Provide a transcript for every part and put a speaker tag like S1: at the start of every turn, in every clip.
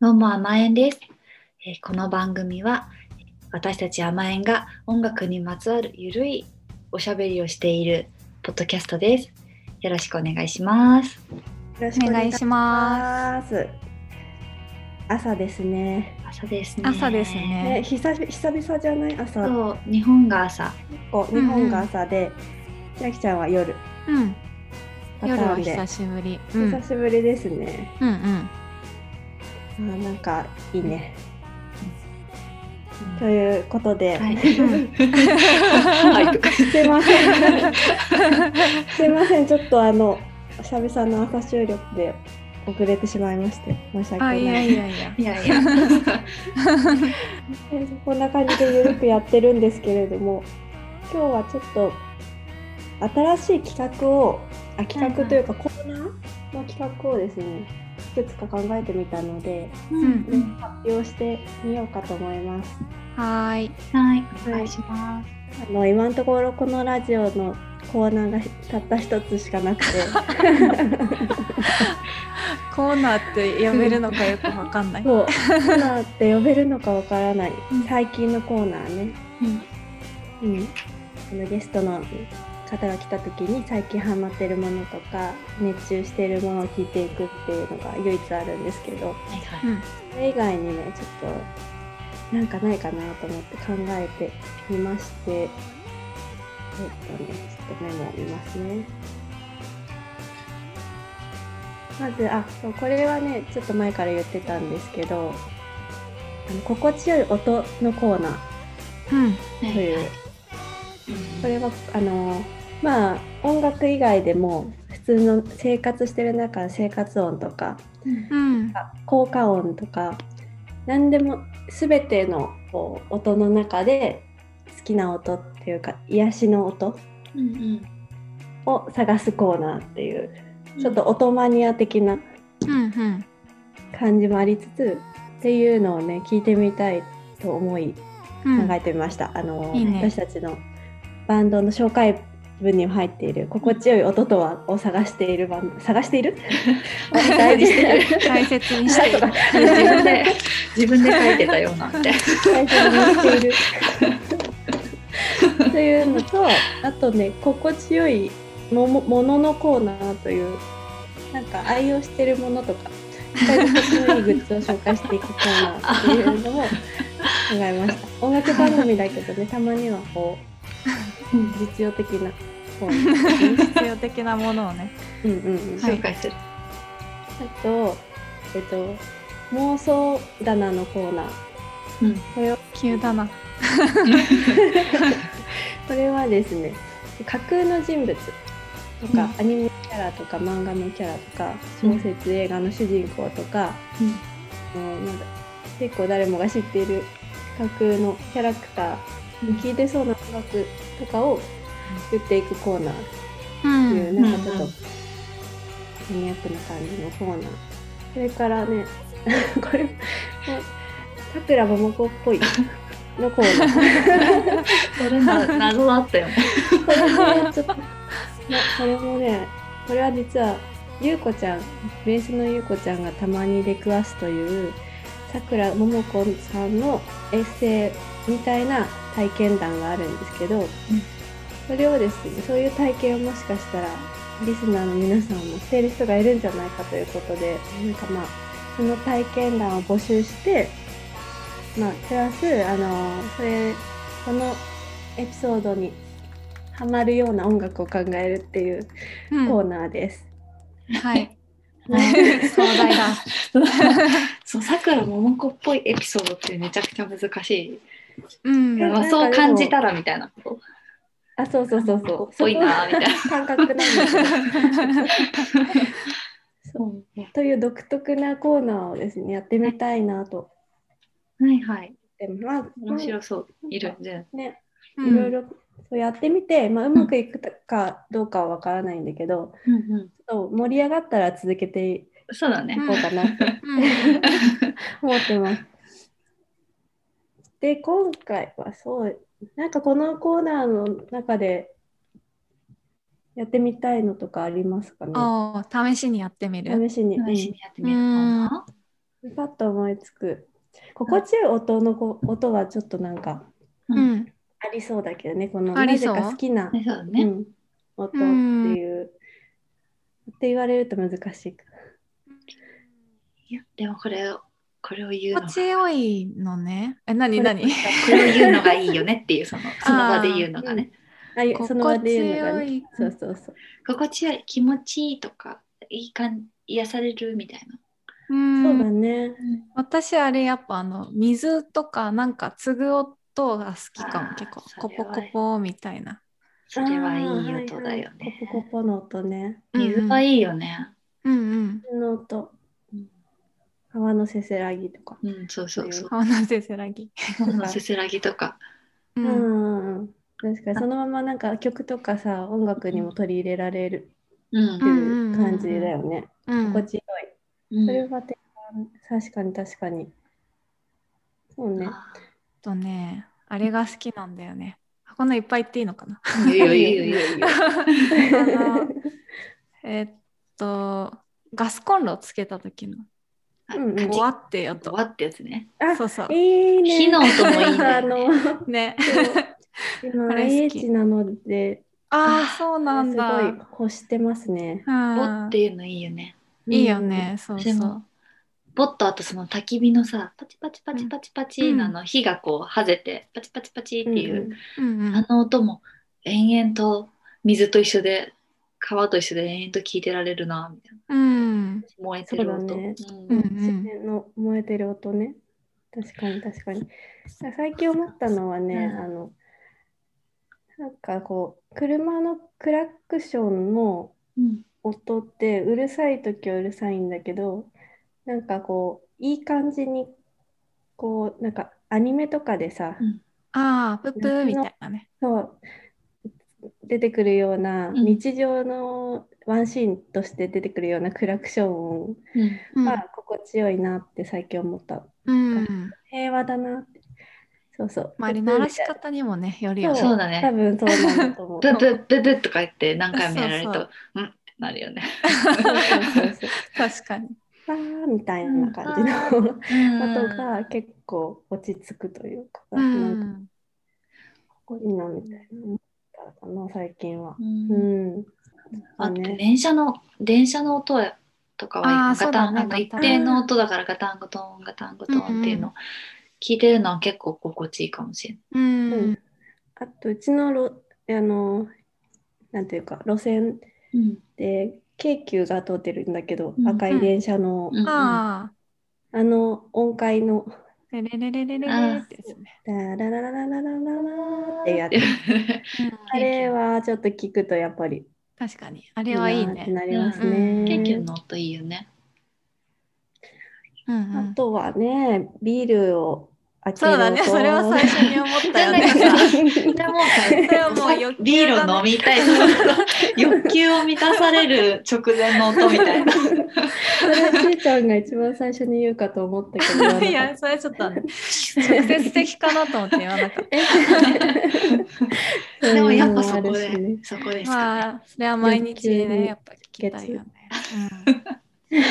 S1: どうも甘えんです、えーこの番組は私たち甘えんが音楽にまつわるゆるいおしゃべりをしているポッドキャストですよろしくお願いします
S2: よろし
S3: お願いします。
S2: ます。朝ですね。
S1: 朝ですね
S3: 朝ですね
S2: ね久々久々じゃない朝。
S1: そう日本が朝
S2: こう
S3: うん
S2: 日
S3: うん
S2: 本が朝で、千秋ちゃんは夜。
S3: うん、
S2: パタ
S3: 夜
S2: ー
S3: は
S2: ンで
S3: 久しぶり。うん、うん
S2: 久、しぶりですね。
S3: うん、
S2: あーなんかいいね。と
S1: はい
S2: いうことで、
S1: はいとか
S2: すいません。すいません。ちょっとあの久々の朝収録で遅れてしまいまして申し訳
S3: あ、
S2: ない。
S3: いやいやいや。
S1: いやいや
S2: えこんな感じでゆるくやってるんですけれども 今日はちょっと新しい企画をあ企画というかコーナーの企画をですねいくつか考えてみたので
S1: うんうん
S2: 発表してみようかと思います
S3: はーい。
S1: はいお願いします
S2: あの今のところこのラジオのコーナーがたった一つしかなくて
S3: コーナーって呼べるのかよくわかんない。
S2: そうコーナーって呼べるのかわからない
S1: うん
S2: 最近のコーナーね
S1: うん
S2: うん、あのゲストの方が来た時に最近ハマってるものとか熱中してるものを聞いていくっていうのが唯一あるんですけど
S1: はいは
S3: うん、
S2: それ以外にねちょっとなんかないかなと思って考えてみましてえっとねちょっとメモを見ますねまずあそうこれはねちょっと前から言ってたんですけどあの心地よい音のコーナー
S3: うん、
S1: い
S2: という
S1: はい
S2: これはあのまあ音楽以外でも普通の生活してる中の生活音とか
S1: うん
S3: うん、
S2: 効果音とか何でも全てのこう音の中で好きな音っていうか癒しの音
S1: うん
S2: を探すコーナーっていう
S1: うん
S2: ちょっと音マニア的な
S3: うん、うん。
S2: 感じもありつつっていうのをね聞いてみたいと思い
S3: うん
S2: 考えてみました。あの
S3: いいね
S2: 私たちのバンドの紹介文にも入っている心地よい音とはを探しているバンド探してい る大事してる
S3: 大切にし
S1: は
S3: て
S1: い
S3: いる。
S1: 自分で自分で書いてたようなみたいな
S2: 大事にしているというのとあとね心地よいもももののコーナーというなんか愛用してるものとか使い心地のいいグッズを紹介していくコーナーっていうのを考えました音楽番組だけどねたまにはこう実用的なコーナー
S3: 必要的なものをね。
S2: うんうんうん、
S3: はい
S1: 紹介する。
S2: あと、えっと、妄想棚のコーナー
S1: うん
S2: これを
S3: 急だな。
S2: これはですね架空の人物とか、
S1: うん
S2: アニメキャラとか漫画のキャラとか小説、映画の主人公とか、あのなんか結構誰もが知っている架空のキャラクターに聴いてそうな音楽とかを言っていくコーナー
S3: う
S2: って
S3: ん、
S2: いうう、
S3: ん、
S1: ん
S2: なんかちょっとマニアックな感じのコーナーそれからね これもさくらももこっぽいのコーナー
S1: それな 謎だったよね。
S2: これもちょっとなこれもねこれは実はゆうこちゃんベースのゆうこちゃんがたまに出くわすというさくらももこさんのエッセイみたいな体験談があるんですけど、それをですねそういう体験をもしかしたらリスナーの皆さんもしている人がいるんじゃないかということでなんかまあその体験談を募集してまあプラスあのそれそのエピソードにハマるような音楽を考えるっていうコーナ ーです。
S3: はい。
S2: はい
S3: 壮大だ。
S1: そう、さくらももこっぽいエピソードってめちゃくちゃ難しい。
S3: うん、
S2: なんかでも
S1: そう感じたらみたいなこと。
S2: あそうそうそうそう。
S1: っ ぽいなみたいな。
S2: 感覚なんですけど
S1: そう
S2: という独特なコーナーをですねやってみたいなと。
S1: はいはい。
S2: でもまあ
S1: 面白そう。いるんで。
S2: ね、
S3: うん
S2: いろいろそうやってみて、まあ、うまくいくかどうかはわからないんだけど、
S1: うんうん。
S2: ちょっと盛り上がったら続けてい
S1: そうだね。
S2: こうかなと
S3: うん
S2: 思ってます。で今回はそうなんかこのコーナーの中でやってみたいのとかありますかね
S3: おー試しにやってみる。
S2: 試しに。
S1: 試しにやってみ
S3: う
S1: る
S3: ん
S1: かな。
S2: パッと思いつく。心地よい音のこ音はちょっとなんか
S1: う
S3: うん。
S2: ありそうだけどね、この
S3: あ
S2: な
S3: り
S2: ぜ
S3: そう
S2: か好きな、
S1: ねそうだ
S2: う
S1: ね。
S2: ん、音っていう。って言われると難しいか。
S1: いやでもこれをこれを言うのが
S3: 心地よいのね。え、なに
S2: こ
S3: な
S2: れ
S3: に
S1: これを言うのがいいよねっていう そのその場で言うのがね。
S2: あいその場
S3: 心
S2: で
S3: 地
S2: 言うのが
S3: よ
S2: ね。
S3: い。
S2: そうそうそう。
S1: 心地よい気持ちいいとかいい感じ癒されるみたいな。
S3: う
S2: そうだ
S3: ん。
S2: ね。
S3: 私あれやっぱあの水とかなんか継ぐ音が好きか
S1: あ
S3: も
S1: ー
S3: 結構
S1: そ
S3: コ
S1: れは
S3: ポコポみたいな。
S1: それはいい
S2: あー
S1: 音だよ
S2: はいはい
S1: ね。
S2: コポコポの音ね。
S1: 水
S3: うんうん
S1: はいいよね。
S3: うんうん。
S2: 水の音。
S1: うん
S2: 川のせせらぎとか。
S1: うん、そうそうそう。
S3: 川のせせらぎ。
S2: なんか
S1: せせらぎとか。
S3: う
S2: うんうんうん。確かにそのままなんか曲とかさ音楽にも取り入れられる
S1: うん
S2: っていう感じだよね。
S3: うん
S2: 心地よい。
S1: うん
S2: それは定番確かに確かに。そうね。
S1: あ
S3: とね、あれが好きなんだよね。こんなんいっぱい言っていい のかな
S1: ーいいよいいよいいよいいよ。
S3: あのえっと、ガスコンロつけた時の、
S1: あ
S2: うんうん
S3: ゴワっていう音
S1: 終。わってやつね。
S2: あ
S3: そうそう。
S2: いいね。
S1: 火の音もいいんだ
S2: あ
S1: よね
S2: の、
S3: ね。
S2: 今
S3: あれ好き
S2: IH なので、
S3: ああ、そうなん
S2: すご
S3: だ。
S2: い欲してますね。
S1: ボ
S3: うん
S1: ッっていうのいいよね。
S3: いいよね、そうそ
S1: で
S3: う
S1: も。ボッとあとその焚き火のさ、パチパチパチパチパチのあの火がこうはぜて、パチパチパチって
S2: うん。
S1: いう、
S3: うんうん
S1: あの音も延々と水と一緒で、川と一緒で延々と聞いてられるな、みたいな。
S3: うん
S1: 燃えてる
S2: そう
S1: 音。
S2: だね
S1: うん
S3: うん
S2: 自然の燃えてる音ね。確かに確かに。最近思ったのはね、
S1: うん
S2: あの、なんかこう、車のクラクションの
S1: うん
S2: 音ってうるさい時はうるさいんだけどなんかこういい感じにこうなんかアニメとかでさ、
S1: うん
S3: ああ、プップーみたいなね。
S2: そう出てくるような
S1: うん
S2: 日常のワンシーンとして出てくるようなクラクション
S1: うん
S3: うん
S2: は心地よいなって最近思った
S3: うん。
S2: 平和だなってそうそう
S3: まあ、あれ鳴らし方にもね、よるよね。
S1: そうだね。
S2: 多分そうなんだと思う
S1: ブブブブとか言って何回もやられる
S3: そ
S1: と
S3: う、
S1: うんってなるよね。
S2: そうそうそう
S3: 確かに。
S2: あーみたいな感じの 音が結構落ち着くというか、
S3: う
S2: なんか
S3: ん。
S2: いいなみたいな思ったかな最近は。
S1: うん
S2: うん。
S1: あ
S2: あ
S1: と
S2: ね。
S1: 電車の電車の音はとかはガタ
S3: あー
S1: ン、
S3: そうだね
S1: あの
S3: ガ
S1: 一
S3: タン
S1: 定の音だからガタンゴトンガタンゴトンっていうのを聞いてるのは結構心地いいかもしれない。
S3: う
S2: うんん。あとうちのろあのなんていうか路線
S1: うん
S2: で京急が通ってるんだけど、
S1: うん
S2: 赤い電車の、
S1: うん
S3: ああ、
S2: あの音階の
S3: レレレレレレレってやつね。
S2: ダララララララララってやつ。あ
S3: うん
S2: れはちょっと聞くとやっぱり
S3: 確かに。あれはいい
S2: なって
S3: ね。
S2: なります
S3: う
S2: ね。
S3: ん
S1: ケンケンの音いいよね。
S3: うんう
S2: あ
S3: ん。
S2: とはねビールを開ける
S3: そうだね、
S2: 音
S3: それは最 初に思ったよね。
S1: じゃあなんか
S2: う
S1: そ
S2: ん
S1: れはもう
S3: それはもう欲求だね
S1: ビールを飲みたい欲求を満たされる直前の音みたいな。
S2: それはしーちゃんが一番最初に言うかと思ったけど言わなかった
S3: いや、それちょっと、ね、直接的かなと思って言わなかった。
S1: でもやっぱそこ
S2: そういうのもあるし
S1: で
S2: ね
S1: そこですかね。
S3: まあ、それは毎日
S2: 欲求
S3: ね、
S2: に
S3: やっぱ聞きたいよね。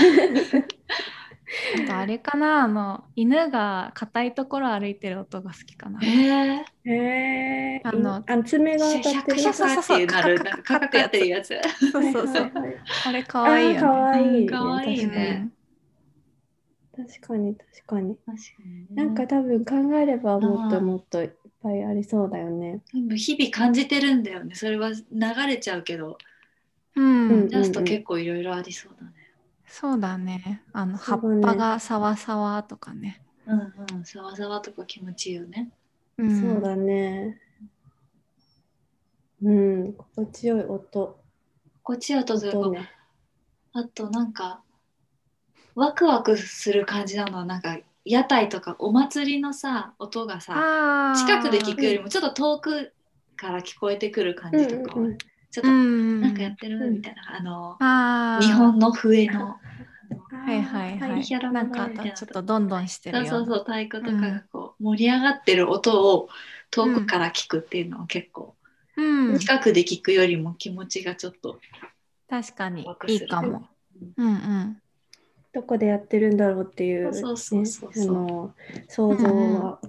S3: うんあとあれかな、あの、犬が硬いところ歩いてる音が好きかな。
S1: えー
S2: へー
S3: あの
S2: あ爪が
S1: シャ
S2: 当
S1: シ
S2: た
S1: ャ
S2: って
S1: カ
S2: る。
S1: シャカってなる、なんかカカ
S3: そうそうそう
S1: カっていうやつ。
S3: そうそうそう。
S2: はいはいはい
S3: あれ可愛い
S2: あー可
S3: よね。
S2: 愛いね。
S1: 可愛いね
S2: 確かに確かに。
S1: 確かに
S2: なんか多分考えればもっともっといっぱいありそうだよね。
S1: 多分日々感じてるんだよねそれは流れちゃうけど
S3: うん。
S2: うん
S1: 出すと結構いろいろありそうだね
S3: そうだね。あの、葉
S2: そうだね
S3: っぱがサワサワとかね。
S1: うんうんざわざわとか気持ちいいよね
S3: ん
S2: そうだね。うん、心地よい音。
S1: こっちだとする
S2: 音
S1: と
S2: ね。
S1: あとなんかワクワクする感じなのはなんか屋台とかお祭りのさ音がさ
S3: あー
S1: 近くで聞くよりもちょっと遠くから聞こえてくる感
S2: うん
S1: じ
S2: う
S1: と
S2: ん
S1: かは
S2: うん。
S1: ちょっ
S3: う
S1: と
S3: ん。
S1: なんかやってるみたいな、あ
S3: あ
S1: の
S3: ー
S1: 日本の笛の
S3: はいはい
S1: あーは
S3: はい
S1: ヒャラ
S3: い。
S1: マ
S3: な
S1: ラ
S3: んかあ
S1: みた
S3: と
S1: いな
S3: ちょっとどんどんしてる
S1: そ
S3: よ
S1: う
S3: ね。
S1: そうそう太鼓とかがこう盛り上がってる音を遠くから聞くっていうのは結構、
S3: うん。
S1: 近くで聞くよりも気持ちがちょっと
S3: 確かにいいかも。うんうん。
S2: どこでやってるんだろうっていう、ね、
S3: そうそうそうそう
S2: あの想像が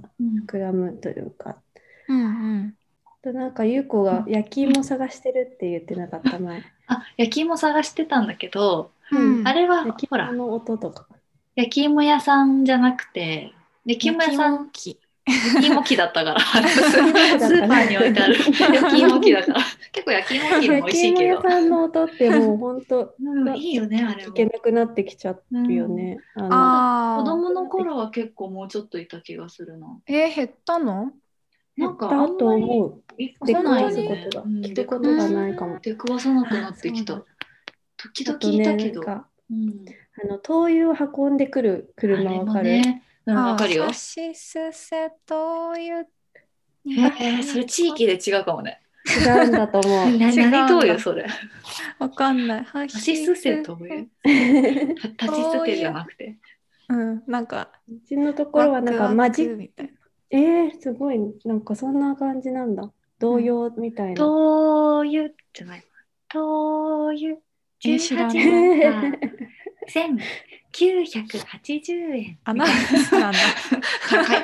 S2: 膨らむというか、
S3: うんうん。
S2: あとなんか優子が焼き芋探してるって言ってなかった前、
S1: あ焼き芋探してたんだけど、
S3: うん
S1: あれは
S2: 焼き
S1: ほ
S2: 芋
S1: ら
S2: の音とか
S1: 焼き芋屋さんじゃなくて焼き芋屋さん
S3: 焼き
S1: 焼き芋機だった からス
S2: 芋機だったね
S1: ーパーに置いてある焼き芋機だから結構焼き芋機も美
S2: 焼
S1: 味し
S2: き
S1: い
S2: 芋
S1: け
S2: 屋
S1: ど、
S2: さんの音ってもう本当
S1: うん、いい よねあれ
S2: 聞
S1: も
S2: けなくなってきちゃうよね、あの
S3: あ
S1: 子
S3: あ。
S1: 供の頃は結構もうちょっといた気がするな
S3: えー、減ったの
S1: なんか
S2: だ
S1: あん
S2: と
S1: まり
S2: 思う
S1: 出
S2: 出
S1: く
S2: く
S1: わ
S2: わ
S1: すこ
S2: すこと
S1: と
S2: が、
S1: が
S2: 聞くことがないかも。
S1: 出くわさなくなってき
S3: あそ
S1: た
S3: う
S1: 時
S2: あ
S1: 々
S2: と
S1: いたけ
S2: ね、な
S1: ど、
S2: んか
S1: うん、
S2: あの灯油を運んでくる車わか
S1: あ
S2: る、
S1: れもねうんわ、かるよ
S3: あしすせという。
S1: えー、それ地域で違うかもね
S2: 違うんだと思う。
S1: な
S3: 違うんだ
S1: 何灯油それ
S3: わかんない。は
S1: 立ちすせ灯油 立ちすせじゃなくて
S3: うん、なんか。
S2: うちのところはなん
S3: ワ
S2: か
S3: ク
S2: マ
S3: ワク
S2: ジック、
S3: みたいな。
S2: えー、すごい、なんかそんな感じなんだ。童謡みたいな。
S1: 灯油じゃない灯油
S3: えー知らない
S1: 18万1980円
S3: あ、なんかなんだ。
S1: 高い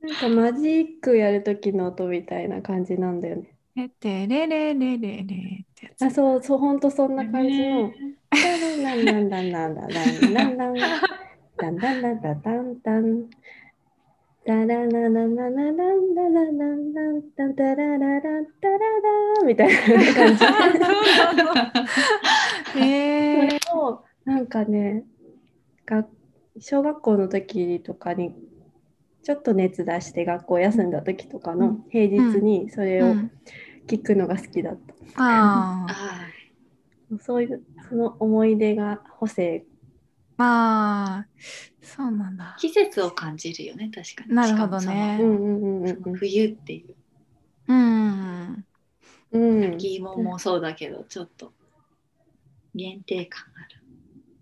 S2: なんかマジックやる時の音みたいな感じなんだよね。
S3: え、てれれれれれってや
S2: あ、
S3: つ。
S2: そうそう、ほんとそんな感じの。
S1: ね
S2: なんなんなんなんなんなんなんなんなんなんなんなんなんなんなんダラララララララララララダラララダララみたいな感じ
S3: へえ。
S2: をなんかね学小学校の時とかにちょっと熱出して学校休んだ時とかの平日にそれを
S3: うん
S2: 聞くのが好きだった、
S3: あー
S1: あ
S2: そういうその思い出が補正
S3: あー。そうなんだ
S1: ー。季節を感じるよね確かに
S3: なるほどね
S2: うんうんうん
S1: しかもその冬っていう
S3: うん。
S2: うんうん
S1: 疑問もそうだけどちょっと限定感ある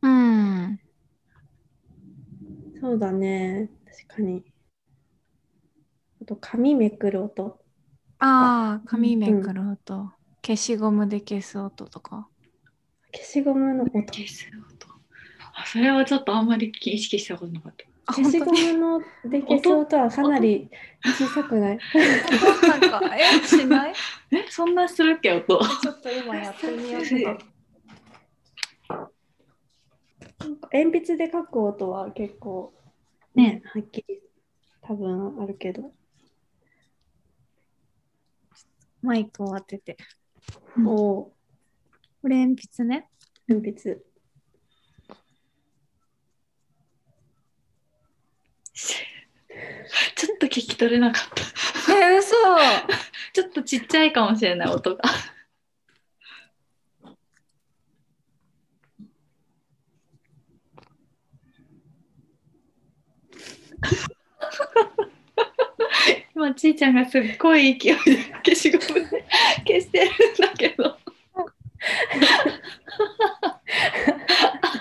S3: うん。
S2: そうだね、確かに。あと、紙めくる音。
S3: ああ、紙
S1: うん
S3: めくる音、消しゴムで消す音とか。
S2: 消しゴムの音。
S1: 消す音あそれはちょっとあんまり意識したことなかった
S3: あ、
S2: 消
S3: 本
S2: し
S3: 当
S2: ゴ
S3: に。
S2: ムので消す音はかなり小さくない
S3: なんか、え、しない。
S1: えそんなするっけ音
S3: ちょっと今やってみよう。
S2: 鉛筆で書く音は結構
S1: ね
S2: はっきり多分あるけど。
S3: マイクを当てて。
S1: うん
S2: おう
S3: これ鉛筆ね。
S2: 鉛筆。
S1: ちょっと聞き取れなかった
S3: え、嘘。
S1: ちょっとちっちゃいかもしれない音 が今ちいちゃんがすっごい勢いで消しゴムで消してるんだけど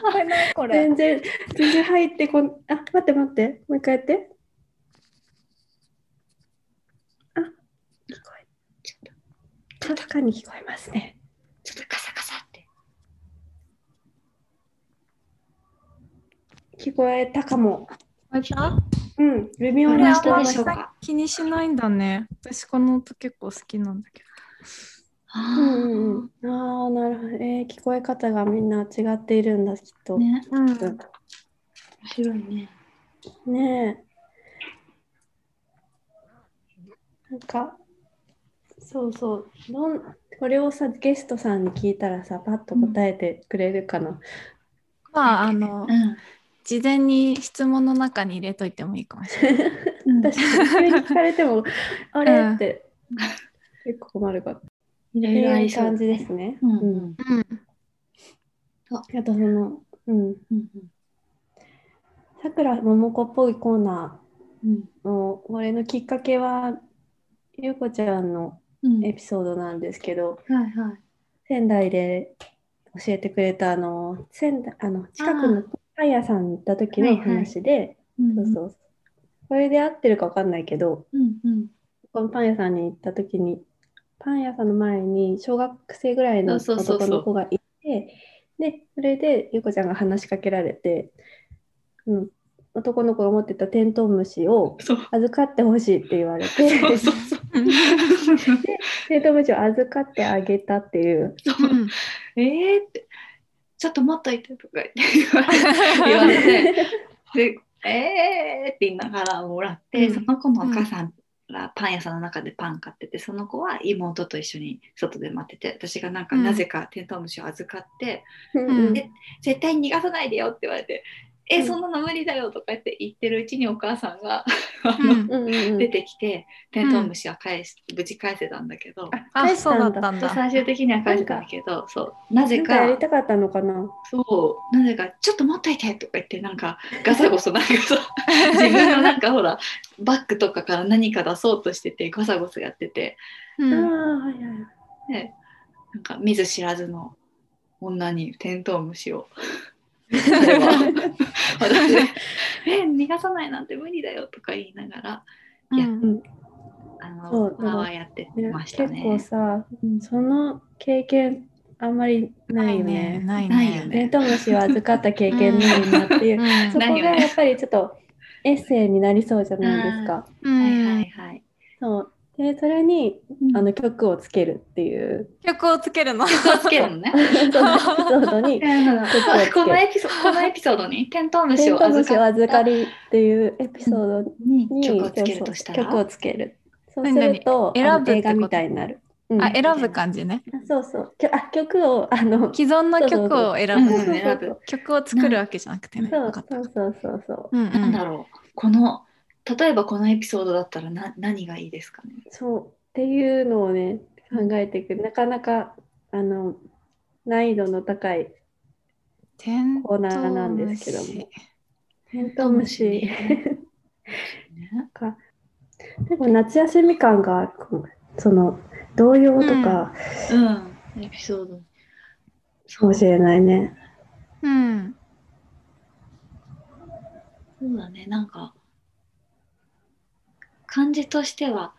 S3: これね、これ。
S2: 全然、全然入ってこん。あ、待って待って。もう一回やって。あ、聞こえ。ちょっと。かすかに聞こえますね。
S1: ちょっとカサカサって
S2: 聞こえたかも。
S1: また
S2: うん、微妙
S1: これ
S2: な
S1: は
S2: 人
S1: ど
S2: で
S1: う
S2: し
S1: しょ
S2: た
S1: う。か
S3: 気にしないんだね。私この音結構好きなんだけ
S2: うんうんうん。ああ、なるほど。えー、聞こえ方がみんな違っているんだ、きっと。
S1: ね
S2: ね
S3: ど。うん。
S1: 面白いね
S2: え。なんか、そうそう。どんこれをさ、ゲストさんに聞いたらさ、パッと答えてくれるかな。
S3: まあ、あの、
S1: ん
S3: 事前に質問の中に入れといてもいいかもしれない。
S2: 私、急に聞かれて も、あれって、結構困るから。っ
S1: いろ
S2: て
S1: いろあ
S2: い
S1: り
S2: う
S1: そうだ
S2: 感
S1: ね
S2: じですね。
S1: うん
S2: うん。
S3: うん。
S2: あと、その、うん。
S1: うん
S2: さくらももこっぽいコーナー。
S1: うん
S2: もうこれのきっかけはゆうこちゃんの
S1: うん
S2: エピソードなんですけど
S1: はいはい
S2: 仙台で教えてくれたあの仙台あの近くのパン屋さんに行った時の話で
S1: うん
S2: そうそうこれで合ってるか分かんないけど
S1: うんうん
S2: このパン屋さんに行った時にパン屋さんの前に小学生ぐらいの
S1: そうそうそうそう
S2: 男の子がいてで、それでゆうこちゃんが話しかけられて、うん、男の子が持ってたテントウムシを
S1: そう
S2: 預かってほしいって言われて、
S1: そう そうそう
S2: テントウムシを預かってあげたっていう。
S1: そうえーってちょっと待っといてとか言って言われて言われてでえーって言いながらもらって、
S3: うん
S1: その子のお母さんがパン屋さんの中でパン買っててその子は妹と一緒に外で待ってて私がなんか
S3: うん
S1: なぜかテントウムシを預かって、
S3: うん
S1: で絶対に逃がさないでよって言われて、
S2: う
S1: え
S2: ん
S1: そんなの無理だよとか言って言ってるうちにお母さんが、
S3: うん
S2: うんうんうん
S1: 出てきてテントウムシは返し、無事返せたんだけど。
S3: あ、そうだったん
S1: そう
S3: だ。
S1: 最終的には返せたんだけど、そう、なぜ
S2: なんかや
S1: か
S2: り、たかったのかな。
S1: そう、なぜか、ちょっと待っといてとか言って、なんか、ガサゴソ、なんかさ、自分のなんかほら、バッグとかから何か出そうとしてて、ガサゴソやってて、
S3: うん
S2: ああ、はいはいはい。
S1: ね、なんか見ず知らずの女にテントウムシを。 私え逃がさないなんて無理だよとか言いながら
S3: うん
S1: いやあ
S2: そ
S1: の
S2: う
S1: まはやって
S2: ね
S1: まし
S2: 結
S1: たね。
S2: 構さ、その経験あんまりないよね。
S3: ないね。
S1: ないよね
S2: テントウムシを預かった経験ないなっていうう。
S3: ん
S2: そこが
S1: ないよね
S2: やっぱりちょっとエッセイになりそうじゃないですか。
S3: う
S1: はいは
S3: ん
S1: いはい。
S2: そうでそれに
S1: うん
S2: あの曲をつけるっていう
S3: 曲をつけるの。
S1: 曲をつけるのね。
S2: そのエピソードに
S1: このエピソー ドこのエピソードにテントウム
S2: テ
S1: シ
S2: ン
S1: を
S2: トウム
S1: 預
S2: シを
S1: かっ
S2: 預かりっていうエピソード
S1: に
S2: に
S1: 曲をつけるとした
S2: そうそう曲を
S1: ら
S2: つける。そうす
S3: 何々
S2: ると
S3: 選ぶ
S2: あの
S3: ってこと
S2: 映画みたいになる。うん
S3: あ、選ぶ感じね。
S2: そうそう。きょあ曲をあの
S3: 既存の曲を選
S1: そう
S3: ぶ
S1: そうそう
S3: ね。
S1: 選ぶ
S3: 曲を作るわけじゃなくてね。
S2: そう
S3: わかった
S2: そうそうそうそう。
S3: うん
S1: なんだ
S3: う
S1: ろうこの例えばこのエピソードだったらな何がいいですかね。
S2: そうっていうのをね考えていくなかなかあの難易度の高い
S3: ん。
S2: コーナーなんですけどもテン
S1: ト
S2: ト
S1: ウ
S2: ウ
S1: ム
S2: ム
S1: シ
S2: シ
S1: ね
S2: かでも夏休み感があるかもその童謡とか
S1: うんエピソード。
S2: かもしれないね。
S3: うん。
S1: そうだねなんか感じとしては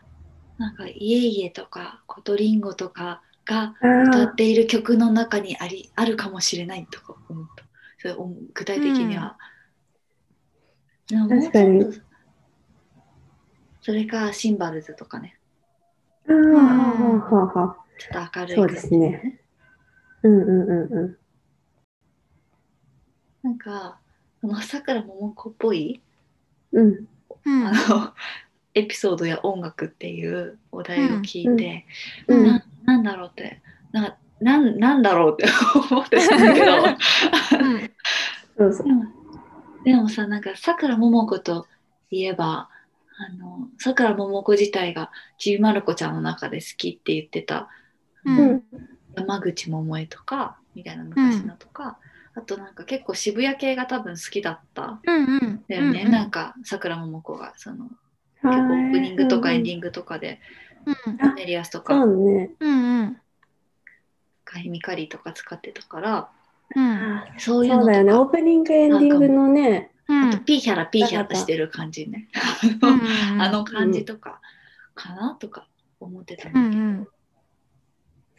S1: なんか「家々」とか「コトリンゴ」とかが歌
S2: あ
S1: っている曲の中にありあるかもしれないとか思ったそれお具体的には、でももう
S2: 確かに
S1: ちょっとそれかシンバルズとかね
S2: あーはあはあはあ
S1: ちょっと明るい
S2: そう
S1: 感
S2: で
S1: じ
S2: すね。うんうんうんう
S1: なんかそのさくらももこっぽい、
S2: んうん
S3: うん
S1: あのエピソードや音楽っていうお題を聞いて、
S2: うん
S1: ななんだろうってななんなんだろうって 思ってたんだけど
S3: うん
S2: そうそう
S1: でもでもさなんかさくらももこといえばあのさくらももこ自体がちびまる子ちゃんの中で好きって言ってた
S3: う
S2: うんん
S1: 山口百恵とかみたいな昔のとか、あとなんか結構渋谷系が多分好きだったん
S3: うん
S1: だよね、
S3: うん
S1: なんかさくらももこがその結構オープニングとかエンディングとかで
S3: うん
S1: ネリアスとか
S2: そうね。
S3: うんうん
S1: カヒミカリとか使ってたから
S3: うん
S2: あ
S1: そ
S2: ー
S1: ういう
S2: そ
S1: のと
S2: う
S1: か
S2: だよね。オープニングエンディングのね。
S3: うん
S1: ピーヒャラピーヒャラしてる感じね あの感じとかかなとか思ってたん
S3: う
S1: だけど、
S3: ん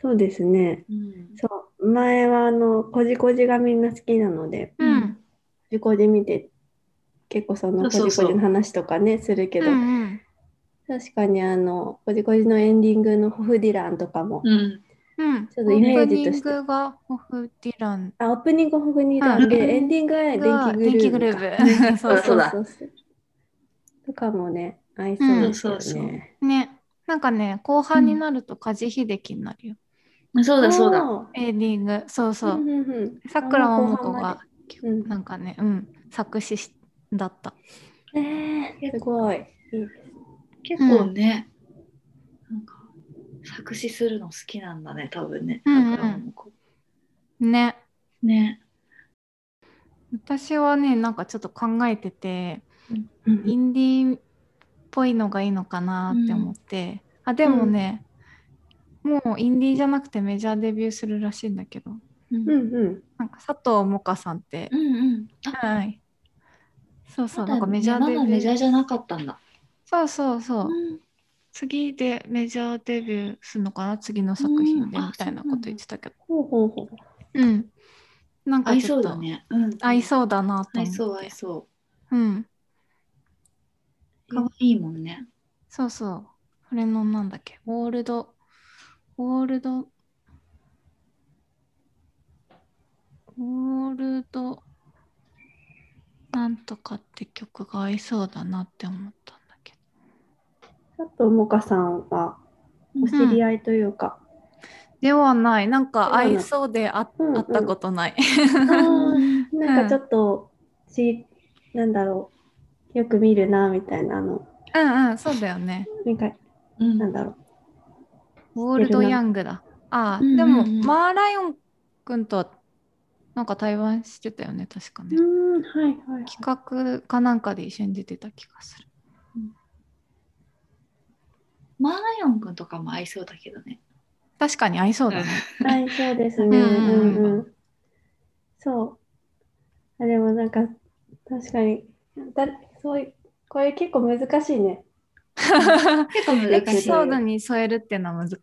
S2: そうですね。
S1: うん
S2: そう前はあのこじこじがみんな好きなので
S3: うんうん
S2: こじこじ見て結構そのこじ
S1: そう
S2: こ
S1: そうそう
S2: じの話とかねするけど
S3: うん
S2: 確かにあのこじこじのエンディングのホフディランとかも、
S1: うん
S3: うん
S2: ちょっとイメージとして
S3: オープニングがホフディラン
S2: あオープニングホフディランで、
S1: うん
S2: エンディングは
S3: が
S2: 電
S3: 電
S2: 気
S3: 気
S2: グ
S3: グ
S2: ル
S3: ル
S2: ー
S3: ーブ
S2: プ
S1: そうだそうだ
S2: そうそうとかもね合いそうですよね、
S3: ねなんかね後半になると梶秀樹になるよ
S1: そうだそうだ
S3: エンディングそうそ
S2: ん
S3: うん
S2: ん
S3: さくらももこが
S2: うん
S3: なんかねうん作詞しだった
S2: ねえすごいいいです
S1: 結構ね、なんか作詞するの好きなんだね多分ね
S3: うんう
S1: さ
S3: ん
S1: くらももこ
S3: ね
S1: ね
S3: 私はねなんかちょっと考えてて
S2: うん
S3: インディーっぽいのがいいのかなって思って、あでもね、もうインディーじゃなくてメジャーデビューするらしいんだけど
S1: うんう
S2: う
S1: ん
S2: んうん
S3: なんか佐藤萌歌さんって、
S1: うんあ
S3: はいそうそう
S1: ま
S3: なん
S1: だ
S3: かメジャーデ
S1: まだメ
S3: ビ
S1: ジ
S3: ュ
S1: ャ
S3: ー
S1: ーじゃなかったんだ、
S3: そうそうそう、
S1: うん
S3: 次でメジャーデビューするのかな次の作品で
S1: うんあ
S3: みたいなこと言ってたけど
S2: ほうほうほう
S3: うん、なん
S1: 合
S3: か
S1: い
S3: ち
S1: そ
S3: ょ
S1: う
S3: っと
S1: だね。うん。
S3: 合いそうだなと
S1: 合
S3: 思っ
S1: い
S3: て、
S1: そう、合いそう
S3: ん、
S1: う。かわいいもんね。
S3: そうそうこれのなんだっけゴールドゴールドゴールドなんとかって曲が合いそうだなって思ったんだけど
S2: ちょっともかさんはお知り合いというか、
S3: ではないなん
S2: で
S3: か
S2: はない
S3: 合いそうであ,、
S2: うんうん
S3: 会ったことない
S2: あーなん
S3: う
S2: か
S3: ん
S2: ちょっとし、なんだろうよく見るなみたいなあの
S3: うんうんそうだよね
S2: なんか
S1: うん
S2: なんだろ
S3: ゴールド・ヤングだ。ああ、
S1: うんうんうん
S3: でも、マーライオン君とはなんか対話してたよね、確か
S2: う、
S3: ね。
S2: うーんはいはいはい
S3: 企画かなんかで一緒に出てた気がする。
S1: マーライオンくんとかも合いそうだけどね。
S3: 確かに合いそうだね。
S2: はい、そうですね。
S3: う
S2: うんん
S3: う
S2: うんん
S3: うん
S2: うん。そう。あでもなんか、確かに、だそういう、これ結構難しいね。
S1: 結構
S3: エ
S1: 難
S3: ピ
S1: しい。
S3: ソードに添えるっていうのは難しい。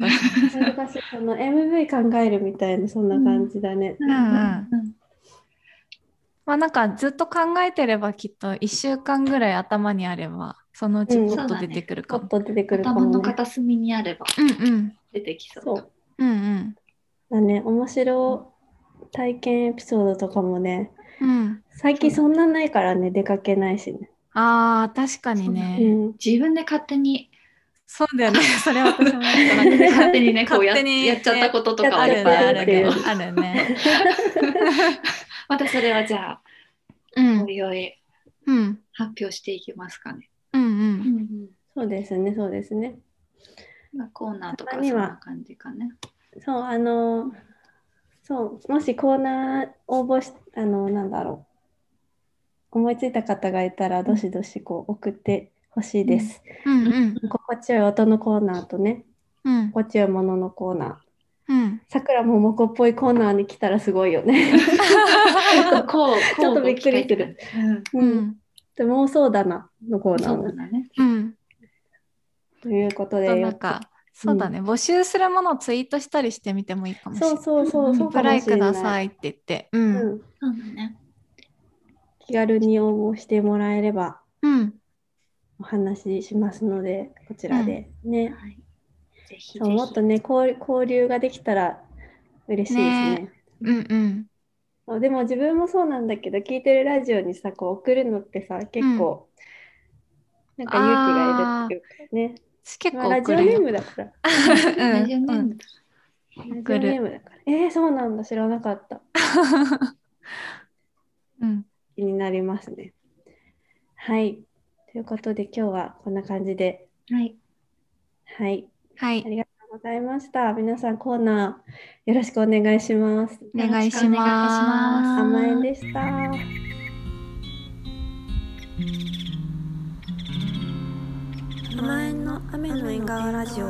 S2: 難しい。その MV 考えるみたいな、そんな感じだね。
S3: んうん
S1: うん
S3: まあなんかずっと考えてればきっと1週間ぐらい頭にあればそのうち
S2: うん
S3: ポッと出てくる
S2: ポ
S3: か
S2: ッ
S3: も。
S2: と出てくるか
S1: 頭の
S2: もね。
S1: 片隅にあれば
S3: うんうん
S1: 出てきそう。
S2: そう。
S3: うんうん
S2: だね、面白体験エピソードとかもね、
S3: うん。
S2: 最近そんなないからね、出かけないしね。
S3: ああ確かに
S2: う
S3: ね。
S2: ん。
S1: 自分で勝手に、
S3: そうだよね。 それ私もなんか
S2: うん
S1: 勝手にね、こうやっ
S3: 勝手にね
S1: やっちゃったこととか
S3: あ
S1: はい
S3: る
S1: っ
S3: ね
S1: ぱい
S3: あ
S1: あ
S3: る
S1: る
S3: ね
S1: けど、
S3: あるね。
S1: またそれはじゃあ、
S3: うん
S1: おいおい
S3: うん
S1: 発表していきますかね。
S3: うんう。
S1: うんん
S2: そうですね、そうですね。
S1: まあコーナーとかそ
S2: た
S1: ん
S2: まには
S1: な感じかね。
S2: そう、あの、そう、もしコーナー応募し、あの、なんだろう、思いついた方がいたら、どしどしこう送ってほしいです。
S3: うんうん
S2: 心地よい音のコーナーとね、
S3: うん
S2: 心地よいもののコーナー。
S3: うん。
S2: さくらももこっぽいコーナーに来たらすごいよね。
S1: こう、こう、
S2: ちょっとびっくり
S1: こうご
S2: する
S1: 期待って感じ。
S3: う
S2: うん
S3: ん
S2: で妄想棚のコ
S1: う
S2: ー
S1: ん、
S2: ナ
S1: そう
S2: ー
S1: だね。
S3: うん。
S2: ということ
S3: あ
S2: で、
S3: となんかそうだね、募集するものをツイートしたりしてみてもいいかもしれ
S2: そう
S3: ない。
S2: そうそう、そう
S3: プ
S2: か
S3: ラ
S2: も
S3: イ
S2: し
S3: く
S2: れ
S3: だ
S2: な
S3: さ
S2: い。
S3: いって言って。うん。う。
S2: うん
S1: そ
S2: ん、
S1: うだね。
S2: 気軽に応募してもらえればお話ししますので、こちらでね。
S1: はい。ぜひぜ
S2: そうもっと
S1: ひ。
S2: ね交交流ができたら嬉しいですね
S3: ねうんうん。
S2: そうでも自分もそうなんだけど聞いてるラジオにさこう送るのってさ結構、なんか勇気がいるっていうかね、
S3: 結
S2: まあ、
S3: 構
S2: ラジオ
S3: 送る
S2: ネー
S3: よ。
S2: ムだから
S1: ラジオ
S3: う
S1: ネーム
S3: ん
S1: だ
S2: ラジオネームだからえー、そうなんだ知らなかった
S3: うん。
S2: 気になりますねはいということで今日はこんな感じで
S1: はい。
S2: はい
S3: はい
S2: あ。りがとうございました皆さんコーナーよろしくお願いします
S3: お願いします
S1: よろしくお願いし
S2: 甘え
S1: ます
S2: んでした
S4: 甘えんの雨の縁側ラジオ